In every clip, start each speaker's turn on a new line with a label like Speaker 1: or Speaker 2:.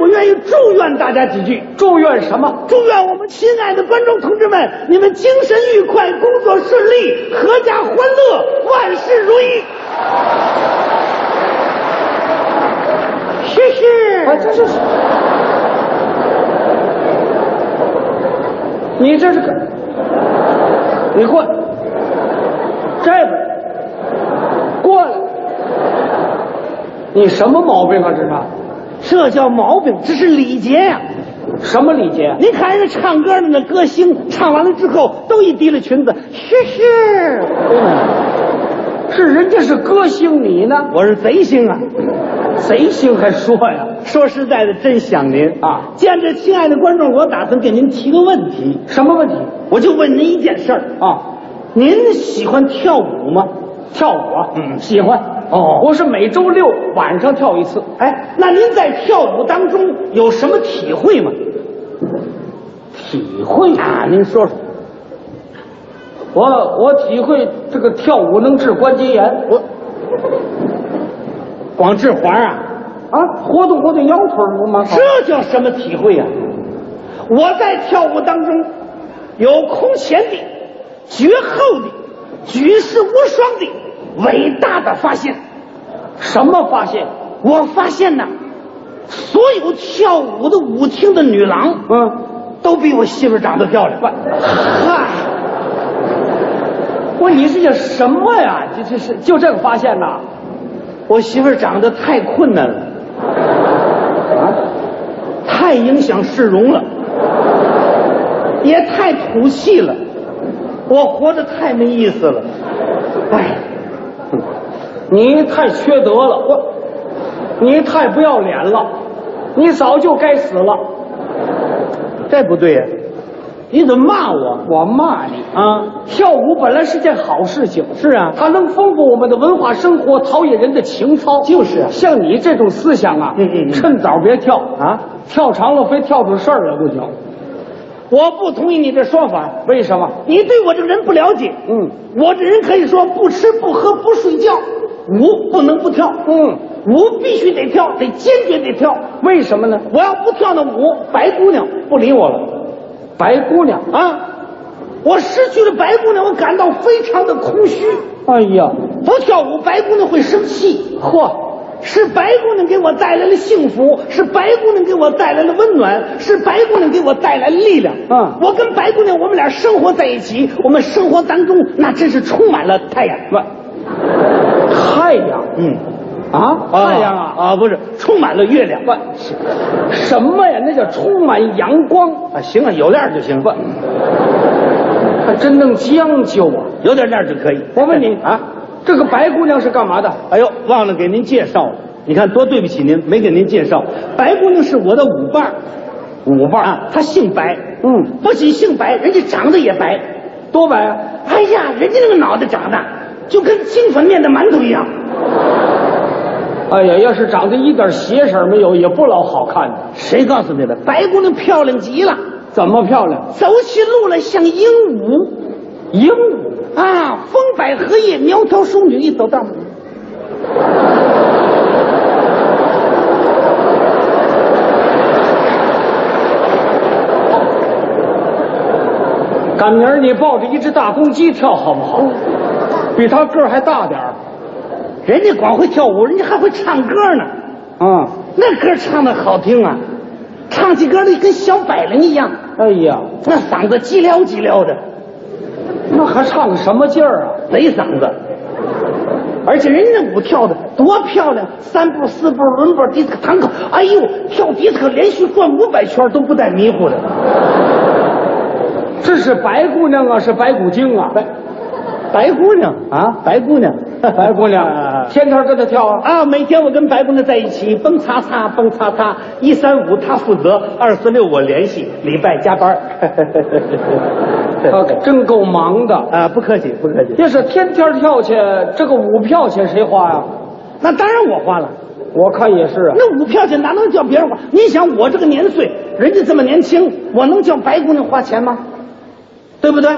Speaker 1: 我愿意祝愿大家几句，
Speaker 2: 祝愿什么？
Speaker 1: 祝愿我们亲爱的观众同志们，你们精神愉快，工作顺利，阖家欢乐，万事如意。谢谢。
Speaker 2: 啊，这是。你这是个，你过来，这边，过来，你什么毛病啊？这是
Speaker 1: 这叫毛病，这是礼节呀、
Speaker 2: 什么礼节？啊
Speaker 1: 您看人家唱歌的那歌星，唱完了之后都一提了裙子，谢谢。
Speaker 2: 是人家是歌星，你呢？
Speaker 1: 我是贼星啊！
Speaker 2: 贼 星还说呀？
Speaker 1: 说实在的，真想您
Speaker 2: 啊
Speaker 1: 见着亲爱的观众，我打算给您提个问题，
Speaker 2: 什么问题
Speaker 1: 我就问您一件事儿：
Speaker 2: 啊？
Speaker 1: 您喜欢跳舞吗？
Speaker 2: 跳舞啊？
Speaker 1: 嗯
Speaker 2: 喜欢。
Speaker 1: 哦
Speaker 2: 我是每周六晚上跳一次。
Speaker 1: 哎，那您在跳舞当中有什么体会吗？
Speaker 2: 体会啊，您说说。我我体会这个跳舞能治关节炎，我
Speaker 1: 广志华啊，
Speaker 2: 啊活动活动腰腿儿不蛮好。
Speaker 1: 这叫什么体会呀、我在跳舞当中有空前的、绝后的、举世无双的伟大的发现。
Speaker 2: 什么发现？
Speaker 1: 我发现呐，所有跳舞的舞厅的女郎
Speaker 2: 嗯，
Speaker 1: 都比我媳妇儿长得漂亮。嗨，
Speaker 2: 我你是些什么呀？这这是就这个发现呐？
Speaker 1: 我媳妇儿长得太困难了，
Speaker 2: 啊，
Speaker 1: 太影响市容了，也太土气了，我活得太没意思了。哎，
Speaker 2: 你太缺德了，我，你太不要脸了，你早就该死了。
Speaker 1: 这不对呀、你怎么骂我
Speaker 2: 我骂你，
Speaker 1: 啊？
Speaker 2: 跳舞本来是件好事情，
Speaker 1: 是啊，
Speaker 2: 它能丰富我们的文化生活，陶冶人的情操。
Speaker 1: 就是啊
Speaker 2: 像你这种思想啊，
Speaker 1: 嗯嗯嗯
Speaker 2: 趁早别跳
Speaker 1: 啊，
Speaker 2: 跳长了非跳出事儿来不行。
Speaker 1: 我不同意你这说法，
Speaker 2: 为什么？
Speaker 1: 你对我这个人不了解。
Speaker 2: 嗯
Speaker 1: 我这人可以说不吃不喝不睡觉，舞不能不跳，
Speaker 2: 嗯，
Speaker 1: 舞必须得跳，得坚决得跳。
Speaker 2: 为什么呢？
Speaker 1: 我要不跳那舞，白姑娘不理我了
Speaker 2: 白姑娘，
Speaker 1: 啊！我失去了白姑娘，我感到非常的空虚。
Speaker 2: 哎呀，
Speaker 1: 不跳舞，白姑娘会生气。
Speaker 2: 嚯，
Speaker 1: 是白姑娘给我带来了幸福，是白姑娘给我带来了温暖，是白姑娘给我带来了力量。
Speaker 2: 嗯
Speaker 1: 我跟白姑娘，我们俩生活在一起，我们生活当中那真是充满了太阳。
Speaker 2: 不，太阳
Speaker 1: 嗯。
Speaker 2: 啊，太阳啊，
Speaker 1: 啊，不是，充满了月亮。
Speaker 2: 不，什么呀？那叫充满阳光，
Speaker 1: 啊，行啊，有链儿就行，不，
Speaker 2: 还真能将就啊。
Speaker 1: 有点链儿就可以。
Speaker 2: 我问你
Speaker 1: 啊，
Speaker 2: 这个白姑娘是干嘛的？
Speaker 1: 哎呦，忘了给您介绍了，你看多对不起您，没给您介绍。白姑娘是我的舞伴儿，舞伴啊，她姓白，
Speaker 2: 嗯，
Speaker 1: 不仅姓白，人家长得也白。
Speaker 2: 多白啊！
Speaker 1: 哎呀，人家那个脑袋长得就跟清粉面的馒头一样。
Speaker 2: 哎呀，要是长得一点邪色没有，也不老好看的。
Speaker 1: 谁告诉你的？白姑娘漂亮极了，
Speaker 2: 怎么漂亮？
Speaker 1: 走起路来像鹦鹉
Speaker 2: 鹦鹉，
Speaker 1: 啊，风摆荷叶，苗条淑女，一走到。
Speaker 2: 赶明儿你抱着一只大公鸡跳好不好？比他个儿还大点儿。
Speaker 1: 人家光会跳舞，人家还会唱歌呢。
Speaker 2: 嗯，
Speaker 1: 那歌唱的好听啊，唱起歌来跟小百灵一样，
Speaker 2: 哎呀，
Speaker 1: 那嗓子叽撩叽撩的，
Speaker 2: 那还唱个什么劲儿啊？
Speaker 1: 贼嗓子。而且人家那舞跳的多漂亮，三步、四步、伦步、迪斯科、堂口，哎呦，跳迪斯科连续转五百圈都不带迷糊的。
Speaker 2: 这是白姑娘啊，是白骨精啊，白
Speaker 1: 白姑娘啊，白姑娘，
Speaker 2: 白姑娘，天天跟她跳啊。
Speaker 1: 啊，每天我跟白姑娘在一起，蹦擦擦，蹦擦擦，一三五她负责，二四六我联系，礼拜加班 儿。
Speaker 2: 啊真够忙的。
Speaker 1: 啊，不客气，不客气。
Speaker 2: 要是天天跳去，这个舞票钱谁花呀、
Speaker 1: 那当然我花了。
Speaker 2: 我看也是啊。
Speaker 1: 那五票钱哪能叫别人花？你想我这个年岁，人家这么年轻，我能叫白姑娘花钱吗？对不对？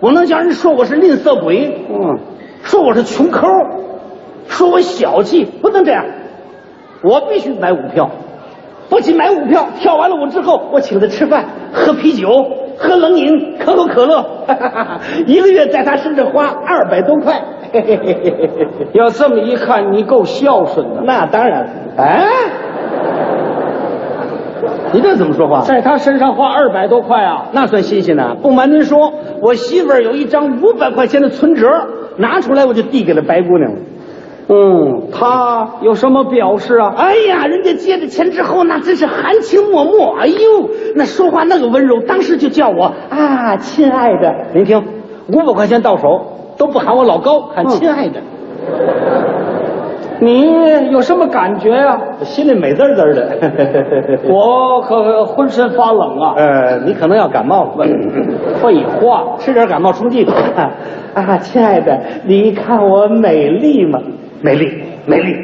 Speaker 1: 我能叫人说我是吝啬鬼，
Speaker 2: 嗯，
Speaker 1: 说我是穷抠，说我小气，不能这样。我必须买五票，不仅买舞票，跳完了舞之后，我请他吃饭，喝啤酒，喝冷饮，可口可乐， 哈哈哈哈一个月在他身上花二百多块。 嘿嘿嘿嘿嘿嘿
Speaker 2: 要这么一看，你够孝顺的。
Speaker 1: 那当然，哎，
Speaker 2: 你这怎么说话？
Speaker 1: 在他身上花二百多块啊，那算新鲜的。不瞒您说，我媳妇儿有一张五百块钱的存折，拿出来我就递给了白姑娘了。
Speaker 2: 嗯，他有什么表示啊？
Speaker 1: 哎呀，人家接着钱之后，那真是含情脉脉。哎呦，那说话那个温柔，当时就叫我啊，亲爱的。您听，五百块钱到手都不喊我老高，喊
Speaker 2: 嗯
Speaker 1: 亲爱的，
Speaker 2: 你有什么感觉呀、
Speaker 1: 我心里美滋滋的我
Speaker 2: 我可浑身发冷啊！
Speaker 1: 呃，你可能要感冒了，
Speaker 2: 废话，
Speaker 1: 吃点感冒冲剂吧。 啊，亲爱的，你看我美丽吗？美丽，美丽，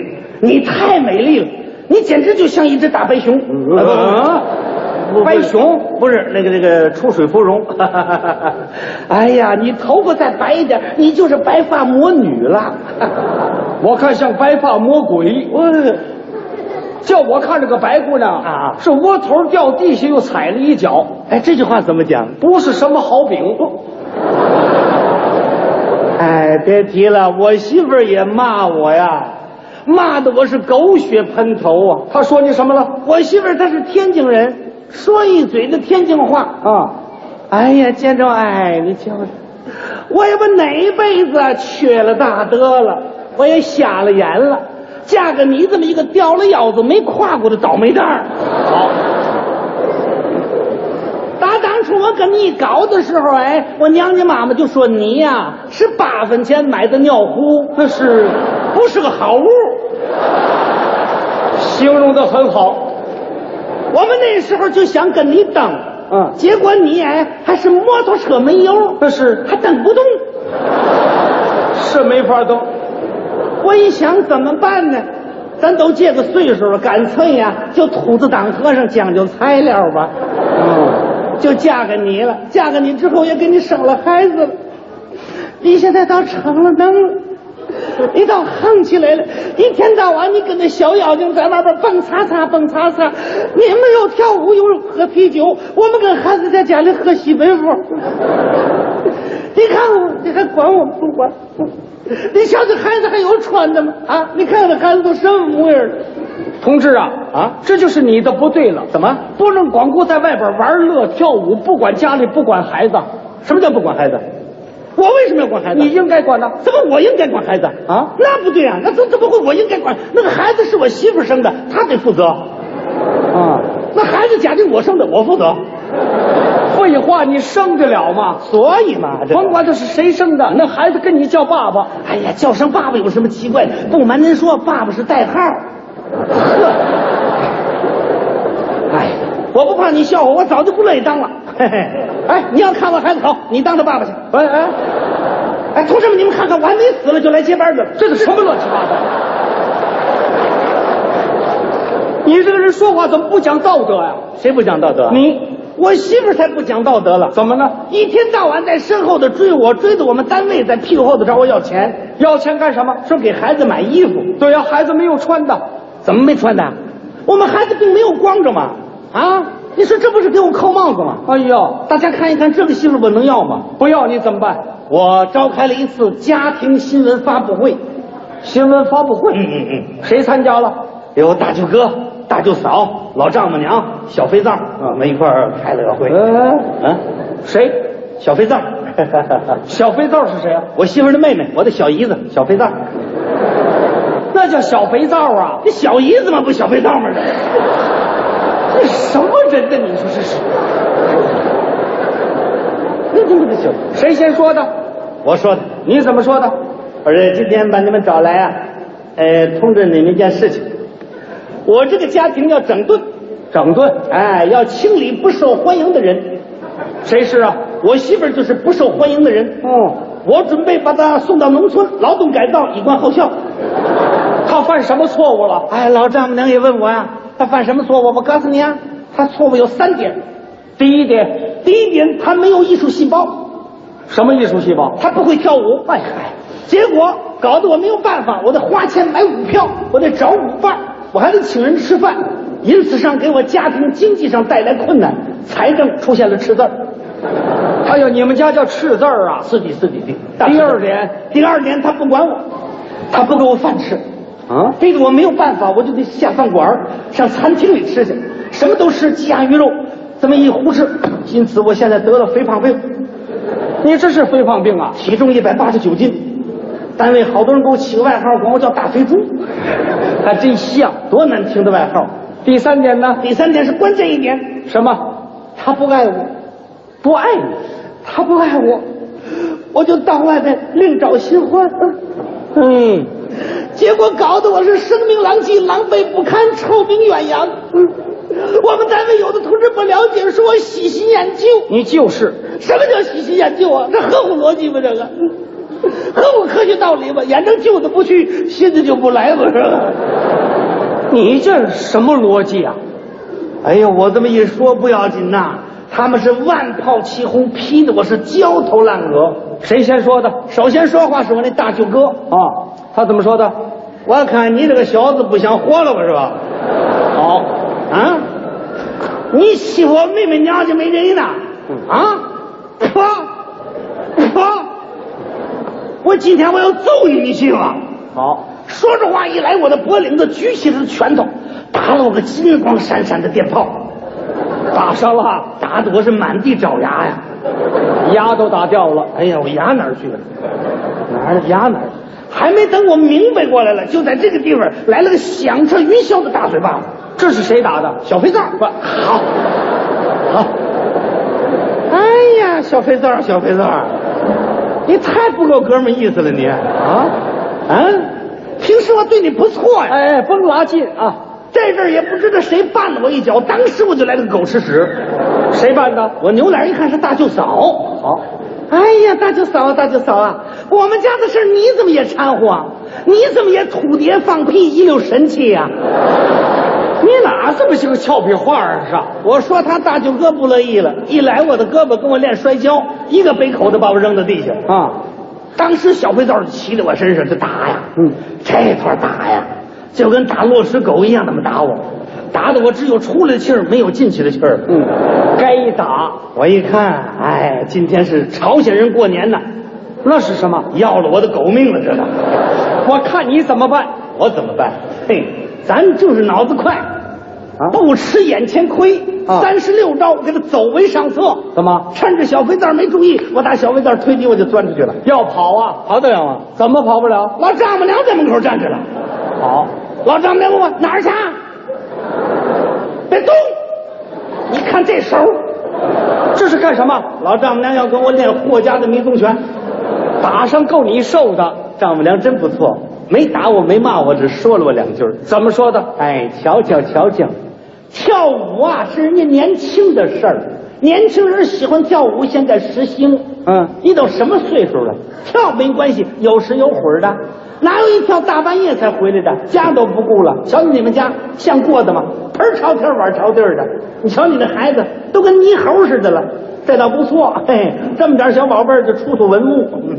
Speaker 1: 你太美丽了，你简直就像一只大白熊。
Speaker 2: 啊
Speaker 1: 呃不
Speaker 2: 白
Speaker 1: 白
Speaker 2: 熊
Speaker 1: 熊不是那个那个出水芙蓉。 哎呀，你头发再白一点，你就是白发魔女了。
Speaker 2: 我看像白发魔鬼，
Speaker 1: 我
Speaker 2: 叫我看这个白姑娘
Speaker 1: 嗯啊
Speaker 2: 是窝头掉地下又踩了一脚，
Speaker 1: 哎，这句话怎么讲？
Speaker 2: 不是什么好饼。
Speaker 1: 嗯哎，别提了，我媳妇儿也骂我呀，骂的我是狗血喷头啊。
Speaker 2: 他说你什么了？
Speaker 1: 我媳妇儿她是天津人，说一嘴的天津话。
Speaker 2: 啊，
Speaker 1: 哎呀，见着哎，你瞧瞧，我也不哪辈子缺了大德了，我也瞎了眼了，嫁给你这么一个掉了腰子没挎过的倒霉蛋儿。好，打当初我跟你搞的时候，哎，我娘家妈妈就说你呀、是八分钱买的尿壶，
Speaker 2: 那是
Speaker 1: 不是个好物。
Speaker 2: 形容的很好。
Speaker 1: 我们那时候就想跟你蹬，
Speaker 2: 嗯
Speaker 1: 结果你哎还是摩托车没油，
Speaker 2: 那是
Speaker 1: 还蹬不动。
Speaker 2: 是没法登，
Speaker 1: 我一想怎么办呢？咱都这个岁数了，干脆呀就土字挡和尚讲究材料吧，
Speaker 2: 嗯，
Speaker 1: 就嫁给你了。嫁给你之后也给你生了孩子了，你现在倒成了能了。你倒横起来了，一天到晚你跟那小妖精在外边蹦擦擦蹦擦擦，你们又跳舞又喝啤酒，我们跟孩子在家里喝西北风。你看我，你还管我不管？你瞧这孩子还有穿的吗？啊，你看看这孩子都什么模样了？
Speaker 2: 同志啊
Speaker 1: 啊
Speaker 2: 这就是你的不对了。
Speaker 1: 怎么？
Speaker 2: 不能光顾在外边玩乐跳舞，不管家里，不管孩子。
Speaker 1: 什么叫不管孩子？我为什么要管孩子？
Speaker 2: 你应该管的。
Speaker 1: 怎么我应该管孩子
Speaker 2: 啊
Speaker 1: 那不对啊！那怎怎么会我应该管？那个孩子是我媳妇生的，她得负责。
Speaker 2: 啊，
Speaker 1: 那孩子假定我生的，我负责。
Speaker 2: 废话，你生得了吗？
Speaker 1: 所以嘛，这
Speaker 2: 甭管他是谁生的，那孩子跟你叫爸爸，
Speaker 1: 哎呀，叫声爸爸有什么奇怪的？不瞒您说，爸爸是代 号。呵，哎，我不怕你笑话，我早就不乐意当了。嘿嘿，哎，你要看我孩子好，你当他爸爸去。
Speaker 2: 哎哎，
Speaker 1: 哎，同志们，你们看看，我还没死了就来接班的了。
Speaker 2: 这个什么乱七八糟？你这个人说话怎么不讲道德呀、
Speaker 1: 谁不讲道德你，
Speaker 2: 你
Speaker 1: 我媳妇儿才不讲道德了，
Speaker 2: 怎么了？
Speaker 1: 一天到晚在身后的追我，追的我们单位在屁股后头找我要钱，
Speaker 2: 要钱干什么？
Speaker 1: 说给孩子买衣服。
Speaker 2: 对呀、孩子没有穿的，
Speaker 1: 怎么没穿的？我们孩子并没有光着嘛，啊？你说这不是给我扣帽子吗？
Speaker 2: 哎呦，
Speaker 1: 大家看一看这个媳妇我能要吗？
Speaker 2: 不要你怎么办？
Speaker 1: 我召开了一次家庭新闻发布会，
Speaker 2: 新闻发布会，
Speaker 1: 嗯嗯，
Speaker 2: 谁参加了？
Speaker 1: 有大舅哥、大舅嫂、老丈母娘、小肥皂，我们一块儿开了个会。
Speaker 2: 哎，
Speaker 1: 啊，
Speaker 2: 谁？
Speaker 1: 小肥 皂，
Speaker 2: 小肥皂是谁啊？
Speaker 1: 我媳妇儿的妹妹，我的小姨子，小肥皂。
Speaker 2: 那叫小肥皂啊！
Speaker 1: 这小姨子嘛，不是小肥皂吗？这
Speaker 2: 这什么人呢？你说这是
Speaker 1: 那怎么个小？
Speaker 2: 谁先说的？
Speaker 1: 我说的，
Speaker 2: 你怎么说的？
Speaker 1: 我说今天把你们找来啊，呃，通知你们一件事情，我这个家庭要整顿，
Speaker 2: 整顿，
Speaker 1: 哎，要清理不受欢迎的人。
Speaker 2: 谁是啊？
Speaker 1: 我媳妇儿就是不受欢迎的人，
Speaker 2: 哦，
Speaker 1: 我准备把她送到农村劳动改造，以观后效。
Speaker 2: 他犯什么错误了？
Speaker 1: 哎，老丈母娘也问我呀、她犯什么错误？我告诉你啊，她错误有三点。
Speaker 2: 第一点，
Speaker 1: 第一点，她没有艺术细胞，
Speaker 2: 什么艺术细胞？
Speaker 1: 她不会跳舞。哎嗨，结果搞得我没有办法，我得花钱买舞票，我得找舞伴，我还得请人吃饭。因此上给我家庭经济上带来困难，财政出现了赤字儿。
Speaker 2: 哎呦，你们家叫赤字儿啊？
Speaker 1: 是的，是的，是的大
Speaker 2: 第
Speaker 1: 赤字
Speaker 2: 二年
Speaker 1: 第二年他不管我，他不给我饭吃，
Speaker 2: 啊，
Speaker 1: 非得我没有办法，我就得下饭馆儿上餐厅里吃去，什么都吃，鸡鸭鱼肉，这么一胡吃，因此我现在得了肥胖病，
Speaker 2: 你这是肥胖病啊？
Speaker 1: 体重一百八十九斤，单位好多人给我起个外号，管我叫大肥猪，
Speaker 2: 还真像。
Speaker 1: 多难听的外号。
Speaker 2: 第三点呢？
Speaker 1: 第三点是关键一点，
Speaker 2: 什么？
Speaker 1: 他不爱我，
Speaker 2: 不爱你？
Speaker 1: 他不爱我，我就到外面另找新欢。
Speaker 2: 嗯，
Speaker 1: 结果搞得我是声名狼藉、狼狈不堪、臭名远扬。我们单位有的同志不了解，说我喜新厌旧。
Speaker 2: 你就是
Speaker 1: 什么叫喜新厌旧啊？这合乎逻辑吗？这个合乎科学道理吗？眼睁旧的不去，新的就不来 嘛，是吧？
Speaker 2: 你这什么逻辑啊？
Speaker 1: 哎呀，我这么一说不要紧呐、他们是万炮齐轰，劈得我是焦头烂额。
Speaker 2: 谁先说的？
Speaker 1: 首先说哦话是我那大舅哥，
Speaker 2: 啊，他怎么说的？
Speaker 1: 我看你这个小子不想活了吧，是吧？
Speaker 2: 好，
Speaker 1: 啊，你欺负我妹妹娘家没人呢？
Speaker 2: 嗯
Speaker 1: 啊，啪啪！我今天我要揍你，你信吗？
Speaker 2: 好，
Speaker 1: 说着话一来，我的脖领子举起了拳头，打了我个金光闪闪的电炮，
Speaker 2: 打伤了，
Speaker 1: 打得我是满地找牙呀！
Speaker 2: 牙都打掉了。
Speaker 1: 哎呀，我牙哪儿去了？
Speaker 2: 哪儿牙哪儿？
Speaker 1: 还没等我明白过来了，就在这个地方来了个响彻云霄的大嘴巴子。
Speaker 2: 这是谁打的？
Speaker 1: 小肥皂儿，不好，好。哎呀，小肥皂儿，小肥皂儿，你太不够哥们儿意思了，你
Speaker 2: 啊？
Speaker 1: 啊！平时我对你不错呀，
Speaker 2: 哎，甭拉近啊！
Speaker 1: 这阵儿也不知道谁绊了我一脚，当时我就来了个狗吃屎。
Speaker 2: 谁办的？
Speaker 1: 我扭脸一看是大舅嫂，
Speaker 2: 好，
Speaker 1: 哎呀，大舅嫂啊，大舅嫂啊，我们家的事儿你怎么也掺和啊？你怎么也土碟放屁一溜神气啊呀、
Speaker 2: 你哪这么些个俏皮话啊？是吧？
Speaker 1: 我说他大舅哥不乐意了，一来我的胳膊跟我练摔跤，一个背口子把我扔到地下。
Speaker 2: 啊，
Speaker 1: 当时小肥皂就骑在我身上就打呀，
Speaker 2: 嗯，
Speaker 1: 这块打呀，就跟打落石狗一样那么打我，打得我只有出来的气儿没有进去的气儿。
Speaker 2: 嗯，该打。
Speaker 1: 我一看，哎，今天是朝鲜人过年呐，
Speaker 2: 那是什么？
Speaker 1: 要了我的狗命了，这个，
Speaker 2: 我看你怎么办。
Speaker 1: 我怎么办？嘿，咱就是脑子快，
Speaker 2: 啊
Speaker 1: 不吃眼前亏。
Speaker 2: 啊
Speaker 1: 三十六招，我给他走为上策。
Speaker 2: 怎么
Speaker 1: 趁着小肥皂没注意，我打小肥皂推地，我就钻出去了。
Speaker 2: 要跑啊？跑得了吗？怎么跑不了？
Speaker 1: 老丈母娘在门口站着了。
Speaker 2: 跑，
Speaker 1: 老丈母娘问我哪儿去啊？别动！你看这手，
Speaker 2: 这是干什么？
Speaker 1: 老丈母娘要跟我练霍家的迷踪拳。
Speaker 2: 打上够你受的。
Speaker 1: 丈母娘真不错，没打我，没骂我，只说了我两句儿。
Speaker 2: 怎么说的？
Speaker 1: 哎，瞧瞧瞧瞧，跳舞啊是人家年轻的事儿，年轻人喜欢跳舞，现在时兴。
Speaker 2: 嗯
Speaker 1: 你都什么岁数了？跳没关系，有时有会儿的，哪有一跳大半夜才回来的？家都不顾了，瞧你们家像过的吗？盆儿朝天，碗儿朝地儿的。你瞧你那孩子都跟泥猴似的了，这倒不错。嘿嘿，这么点小宝贝儿就出土文物。嗯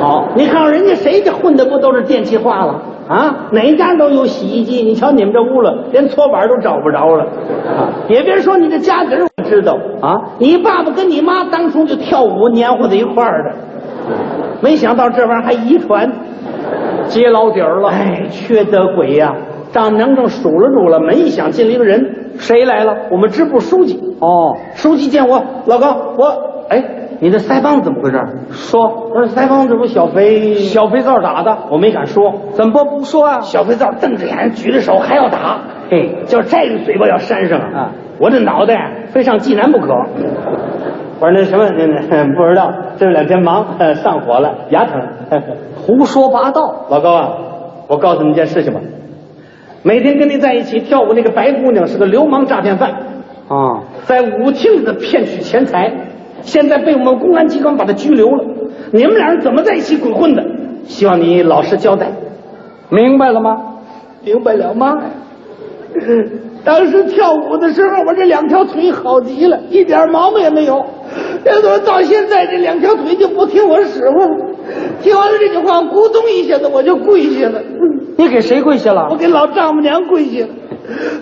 Speaker 2: 好，
Speaker 1: 你看看人家谁家混的不都是电气化了啊？哪家都有洗衣机，你瞧你们这屋了，连搓板都找不着了。啊也别说你这家底儿，我知道
Speaker 2: 啊，
Speaker 1: 你爸爸跟你妈当初就跳舞黏糊在一块儿的，没想到这玩意儿还遗传。
Speaker 2: 接老底儿了。
Speaker 1: 哎，缺德鬼呀、丈母娘正数了数了，门一响进来一个人，
Speaker 2: 谁来了？
Speaker 1: 我们支部书记。
Speaker 2: 哦，
Speaker 1: 书记见我，老高，我哎，你这腮帮子怎么回事？
Speaker 2: 说
Speaker 1: 我说腮帮子不是小肥，
Speaker 2: 小肥皂打的，
Speaker 1: 我没敢说。
Speaker 2: 怎么不说啊？
Speaker 1: 小肥皂瞪着眼，举着手还要打，
Speaker 2: 嘿，
Speaker 1: 就是这个嘴巴要扇上
Speaker 2: 啊
Speaker 1: 我这脑袋非上济南不可。我说那什么，那那不知道，这两天忙，呃上火了，牙疼。
Speaker 2: 胡说八道。
Speaker 1: 老高啊，我告诉你一件事情吧，每天跟你在一起跳舞那个白姑娘是个流氓诈骗犯，
Speaker 2: 啊，
Speaker 1: 在舞厅里的骗取钱财，现在被我们公安机关把他拘留了。你们俩人怎么在一起鬼混的？希望你老实交代。
Speaker 2: 明白了吗？
Speaker 1: 明白了吗？ 当时跳舞的时候，我这两条腿好极了，一点毛病也没有。这怎么到现在这两条腿就不听我使唤了？听完了这句话，咕咚一下子我就跪下了，
Speaker 2: 你给谁跪下
Speaker 1: 我
Speaker 2: 了？
Speaker 1: 给老丈母娘跪下了。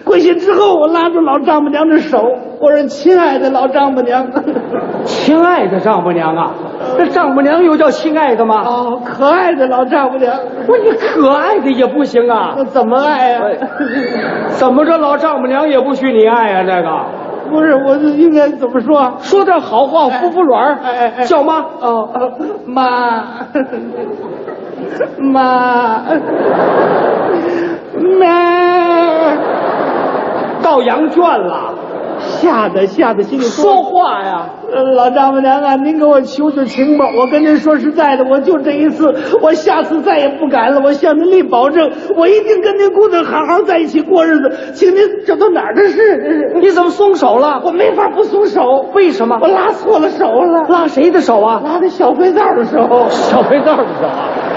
Speaker 1: 跪下之后，我拉住老丈母娘的手，我说：“亲爱的老丈母娘，
Speaker 2: 亲爱的丈母娘啊，这丈母娘又叫亲爱的吗？
Speaker 1: 哦，可爱的老丈母娘，
Speaker 2: 不，你可爱的也不行啊
Speaker 1: 我！怎么爱呀、
Speaker 2: 哎怎么着，老丈母娘也不许你爱啊？这 个
Speaker 1: 不是，我是应该怎么说啊？
Speaker 2: 说点好话，
Speaker 1: 哎
Speaker 2: 服服软儿，
Speaker 1: 哎哎哎
Speaker 2: 叫妈。
Speaker 1: 哦，哦妈， 妈，妈，
Speaker 2: 到羊圈了，
Speaker 1: 吓得吓得心里
Speaker 2: 说话呀！
Speaker 1: 呃老丈母娘啊，您给我求求情吧！我跟您说实在的，我就这一次，我下次再也不敢了。我向您立保证，我一定跟您姑娘好好在一起过日子。请您，这都哪儿的事？这是
Speaker 2: 你怎么松手了？
Speaker 1: 我没法不松手，
Speaker 2: 为什么
Speaker 1: 我？拉错了手了，
Speaker 2: 拉谁的手啊？
Speaker 1: 拉的小肥皂的手。
Speaker 2: 小肥皂的手啊！